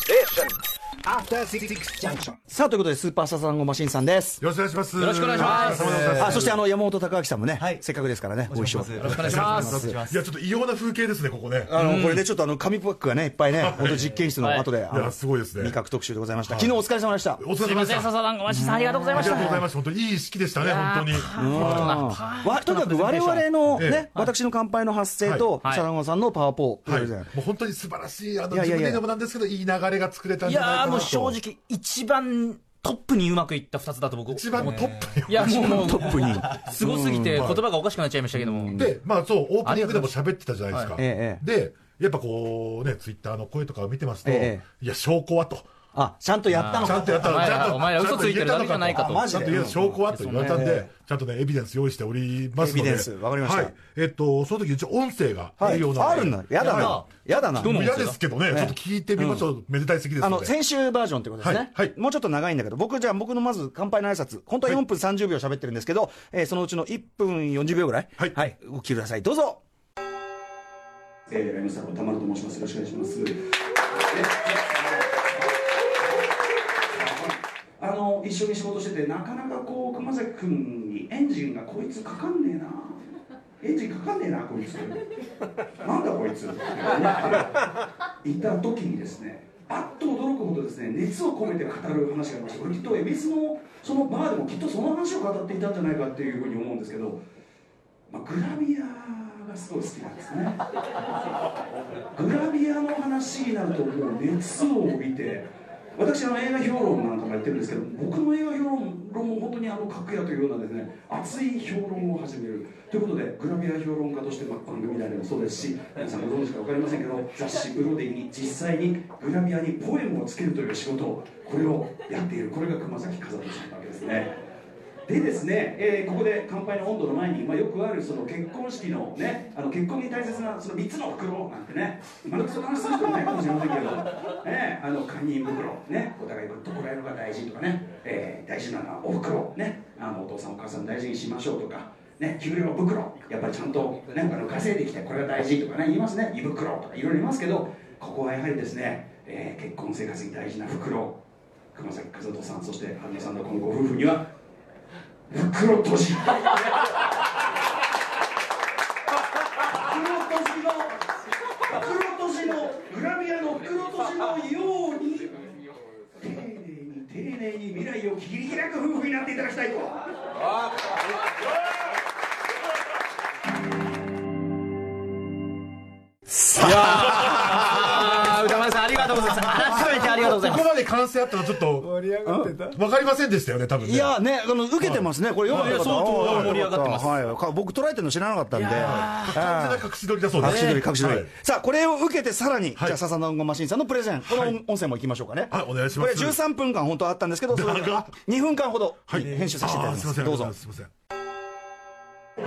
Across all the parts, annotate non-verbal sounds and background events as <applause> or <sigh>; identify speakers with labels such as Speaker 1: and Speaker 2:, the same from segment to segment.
Speaker 1: Station.
Speaker 2: さあ、ということで、スーパーサザンゴマシンさんです。
Speaker 3: よろしくお願いします。
Speaker 4: よろしくお願いします。よ
Speaker 2: あ、そしてあの、山本隆明さんもね、
Speaker 5: はい
Speaker 2: せっかくですからね、ご一緒。
Speaker 4: ろしくお願いします。
Speaker 5: しま
Speaker 3: いや、ちょっと異様な風景ですね、ここね。
Speaker 2: あの、これね、ちょっとあの、紙パックがね、いっぱいね、本当実験室の後で、あ
Speaker 3: い
Speaker 2: の
Speaker 3: や、すごいですね。
Speaker 2: 味覚特集でございました。昨日お疲れ様でした。
Speaker 3: お疲れ
Speaker 4: すい
Speaker 3: 様
Speaker 4: ま
Speaker 3: でし
Speaker 4: せん、
Speaker 3: た。
Speaker 4: 笹団子マシさんありがとうござい
Speaker 3: あ
Speaker 4: まし
Speaker 3: りがとうござい
Speaker 4: た。
Speaker 3: ました。本当にいい式でしたね、本当に。
Speaker 2: わとにかく我々のね、私の乾杯の発声と、
Speaker 4: はい
Speaker 2: サランゴさんのパワーポー、
Speaker 3: はい。
Speaker 2: それぞれ
Speaker 3: もう本当に素晴らしい、あの、
Speaker 2: いやい
Speaker 3: 自
Speaker 2: や
Speaker 3: 分で言
Speaker 2: いや
Speaker 3: うのもなんですけど、いい流れが作れたん
Speaker 4: い
Speaker 3: じゃない
Speaker 4: や
Speaker 3: か
Speaker 4: ー
Speaker 3: なと。
Speaker 4: もう正直、一番トップにうまくいった二つだと僕、
Speaker 3: 一番トップに
Speaker 4: いや、もう、
Speaker 2: トップに。
Speaker 4: すごすぎて言葉がおかしくなっちゃいましたけども。
Speaker 3: で、まあそう、オープニングでも喋ってたじゃないですか。
Speaker 2: ええ
Speaker 3: で、やっぱこう、ね、ツイッターの声とかを見てますと、
Speaker 2: え
Speaker 3: いや、証拠はと。
Speaker 2: あ、ちゃんとやったの
Speaker 3: <laughs> ちゃん
Speaker 2: か。
Speaker 3: とやった
Speaker 4: お前ら
Speaker 3: ちゃんと
Speaker 4: お前ら嘘ついてるだけじゃないかと
Speaker 3: ちゃんと言えた証拠はと言われたん
Speaker 2: え
Speaker 3: で、ちゃんとね、エビデンス用意しておりますので。
Speaker 2: エビデンスわかりました
Speaker 3: はい。えっと、その時一応音声が
Speaker 2: は
Speaker 3: あ
Speaker 2: い
Speaker 3: るようなの
Speaker 2: あ
Speaker 3: で
Speaker 2: るんだ。やだな
Speaker 4: は。
Speaker 2: やだな。
Speaker 4: どの
Speaker 3: 嫌ですけどね、ちょっと聞いてみましょう。めでたい席です
Speaker 2: あ
Speaker 3: の
Speaker 2: の、
Speaker 3: で。
Speaker 2: 先週バージョンってことですね。
Speaker 3: はいはい
Speaker 2: もうちょっと長いんだけど、僕、じゃあ僕のまず乾杯の挨拶、本当は4分30秒喋ってるんですけど、えーそのうちの1分40秒ぐらい、
Speaker 3: はい
Speaker 2: お聞きください。どうぞ
Speaker 6: えー、ライムスターの歌丸と申します。よろしくお願いします。あの一緒に仕事しててなかなかこう熊崎君にエンジンがこいつかかんねえな。エンジンかかんねえなこいつ。なんだこいつ。って言った時にですね。あっと驚くほどですね熱を込めて語る話がありましたこれきっと恵比寿のそのバーでもきっとその話を語っていたんじゃないかっていうふうに思うんですけど、まあ、グラビアがすごい好きなんですねグラビアの話になるともう熱を帯びて私あの映画評論なんかもやってるんですけど僕の映画評論も本当にあの格屋というようなですね熱い評論を始めるということでグラビア評論家としてまあ番組内でもそうですし皆さんご存知か分かりませんけど雑誌「ブロディ」に実際にグラビアにポエムをつけるという仕事をこれをやっているこれが熊崎風斗さんなわけですねでですね、えーここで乾杯の温度の前に、まあ、よくあるその結婚式のねあの結婚に大切なその3つの袋なんてねまだその話することないかもしれませんけど、ね、あの堪忍袋ねお互いどこら辺のが大事とかね、えー大事なのはお袋ねあのお父さんお母さん大事にしましょうとかね給料袋やっぱりちゃんとねあの稼いできてこれが大事とかね言いますね胃袋とかいろいろ言いますけどここはやはりですね、えー結婚生活に大事な袋熊崎和人さんそして春菜さんのこのご夫婦には袋閉じ袋閉じの袋閉じのグラビアの袋閉じのように丁寧に丁寧に未来を切り開く夫婦になっていただきたいと
Speaker 4: あー、歌丸さんありがとうございます。改めてありがとうござい
Speaker 3: こ
Speaker 4: ま
Speaker 3: こま
Speaker 4: す。
Speaker 3: で完成あったのちょっと、わかりませんでしたよね、多分ね。
Speaker 2: いやね、あの受けてますね、これ、よかったよかった
Speaker 4: いや相当
Speaker 2: あー
Speaker 4: 盛り上がってます
Speaker 2: はいか僕、捉えてるの知らなかったんで、
Speaker 3: 完
Speaker 2: あ
Speaker 3: 全な隠し撮りだそう
Speaker 2: ー
Speaker 3: で
Speaker 2: 隠
Speaker 3: す。
Speaker 2: し撮り、隠し撮り
Speaker 3: はい、
Speaker 2: さあ、これを受けて、さらに、
Speaker 3: はい
Speaker 2: じゃあ、笹のマシンさんのプレゼン、この音声もいきましょうかね、
Speaker 3: はいお願いします
Speaker 2: これ、13分間、本当はあったんですけど、それ
Speaker 3: 長っ
Speaker 2: 2分間ほど、
Speaker 3: はい
Speaker 2: 編集させていただきま
Speaker 3: あーすいませ
Speaker 2: す、
Speaker 3: ん
Speaker 2: どうぞ。
Speaker 3: すいません。
Speaker 7: で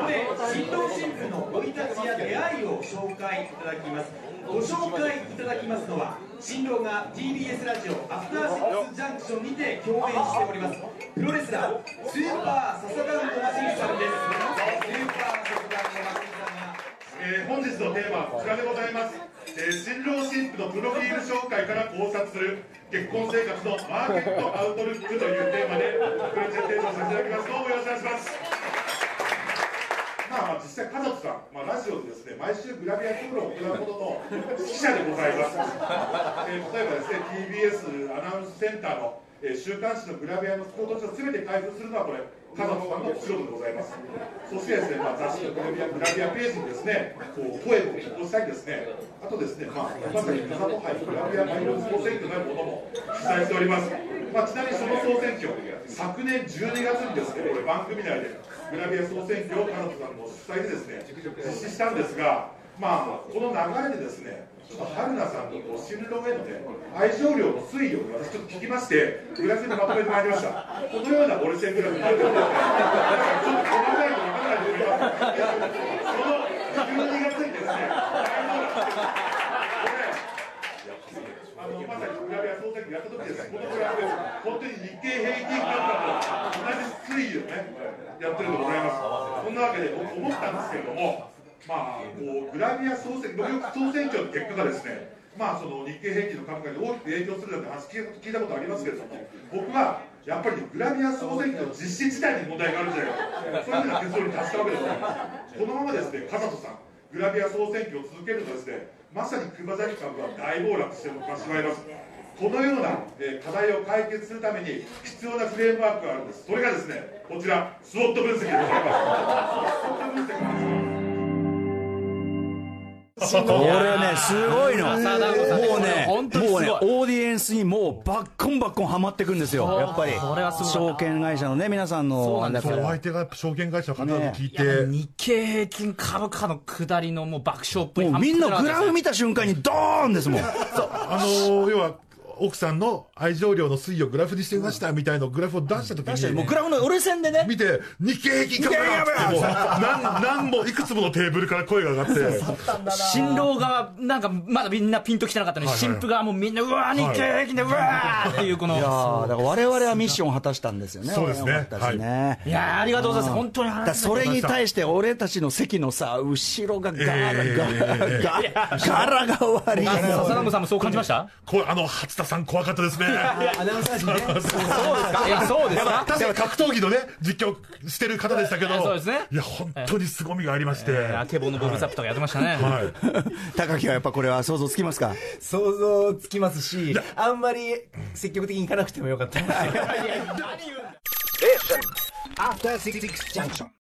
Speaker 7: 新郎新婦の生い立ちや出会いを紹介いただきますご紹介いただきますのは新郎が TBS ラジオアフターシックスジャンクションにて共演しておりますプロレスラースーパーササダンゴマシンさんですスーパーササダンゴマシンさんが
Speaker 8: えー本日のテーマはこちらでございます、えー新郎新婦のプロフィール紹介から考察する結婚生活のマーケットアウトルックというテーマでプレゼンテーションさせていただきますどうもよろしくお願いしますまあ、まあ実際家族さん、まあ、ラジオでですね毎週グラビア討論を行うほどの指揮者でございます、えー例えばですね TBS アナウンスセンターの、えー週刊誌のグラビアのスポート誌を全て開封するのはこれ家族さんの仕事でございますそしてですね、まあ、雑誌のグラビアグラビアページにですねこう声を引っ越したりですねあとですねまあまさに風の杯グラビアマイル総選挙なるものも主催しております、まあ、ちなみにその総選挙昨年12月にですねこれ番組内でグラビア総選挙を彼女さんの主催でですね実施したんですが、まあ、この流れでですねちょっと春菜さんのご新郎へのね愛情量の推移を私ちょっと聞きましてグラフにまとめてまいりましたこのような折れ線グラフになっておりますちょっとこのぐらいのわからないと思いますその12月にですね大動乱あのまさにグラビア総選挙やった時です、このグラフです、本当に日経平均株価と同じ推移をね、やってると思います。そんなわけで、僕、思ったんですけれども、まあ、こうグラビア総選挙、僕よく総選挙の結果がですね、まあ、その日経平均の株価に大きく影響するなんて話聞いた聞いたことありますけれども、僕はやっぱりグラビア総選挙の実施自体に問題があるんじゃないかと、そういうふうな結論に達したわけでございます。このままですね、笠戸さん、グラビア総選挙を続けるとですね、まさに熊崎株は大暴落してしまいます。このような、えー課題を解決するために必要なフレームワークがあるんです。それがですね、こちら、スウォット分析でございます。スウォット分析なんですよ
Speaker 2: これね、すごいの。
Speaker 4: 田中さん
Speaker 2: も
Speaker 4: ね
Speaker 2: う
Speaker 4: これ
Speaker 2: ね、
Speaker 4: 本当にす
Speaker 2: も
Speaker 4: ご
Speaker 2: う
Speaker 4: い
Speaker 2: ね、オーディエンスにもうバッコンバッコンはまってくんですよ。やっぱり。
Speaker 4: これはすごい
Speaker 2: 証券会社のね、皆さんの。
Speaker 4: そうなんです
Speaker 3: そう
Speaker 4: よ
Speaker 3: お相手がやっぱ証券会社の方だと聞い
Speaker 4: い
Speaker 3: て、
Speaker 4: や日経平均株価の下りのもう爆笑っぽい
Speaker 2: もうみんなグラフ見た瞬間にドーンです <laughs> もん。
Speaker 3: あのー要は奥さんの愛情量の推移をグラフにしてみましたみたいなグラフを出した時
Speaker 2: 確かにもう
Speaker 3: に
Speaker 2: グラフの折れ線でね。
Speaker 3: 見て日経平均株価ってもう何何もいくつものテーブルから声が上がって
Speaker 4: 新郎側なんかまだみんなピンときてなかったのに、
Speaker 3: はいはい
Speaker 4: 新婦側もみんなうわー日経平均でうわーっていうこの
Speaker 2: いやーだから我々はミッションを果たしたんですよね。
Speaker 3: そうですね
Speaker 2: よかったですね。
Speaker 4: いやーありがとうございます本当に
Speaker 2: だから
Speaker 4: 話
Speaker 2: それに対して俺たちの席のさ後ろがガラガラガラガラが悪い
Speaker 4: あ笹野さんもそう感じました
Speaker 3: こうあの初田さん怖かったですね
Speaker 4: いやそうですか
Speaker 3: 確かに格闘技のね実況してる方でしたけど
Speaker 4: そうですね
Speaker 3: いや本当に凄みがありまして、
Speaker 4: えーあけぼのボブザップとかやってましたね、
Speaker 3: はい
Speaker 2: 高木はやっぱこれは想像つきますか
Speaker 1: 想像つきますし、あんまり積極的に行かなくてもよかった。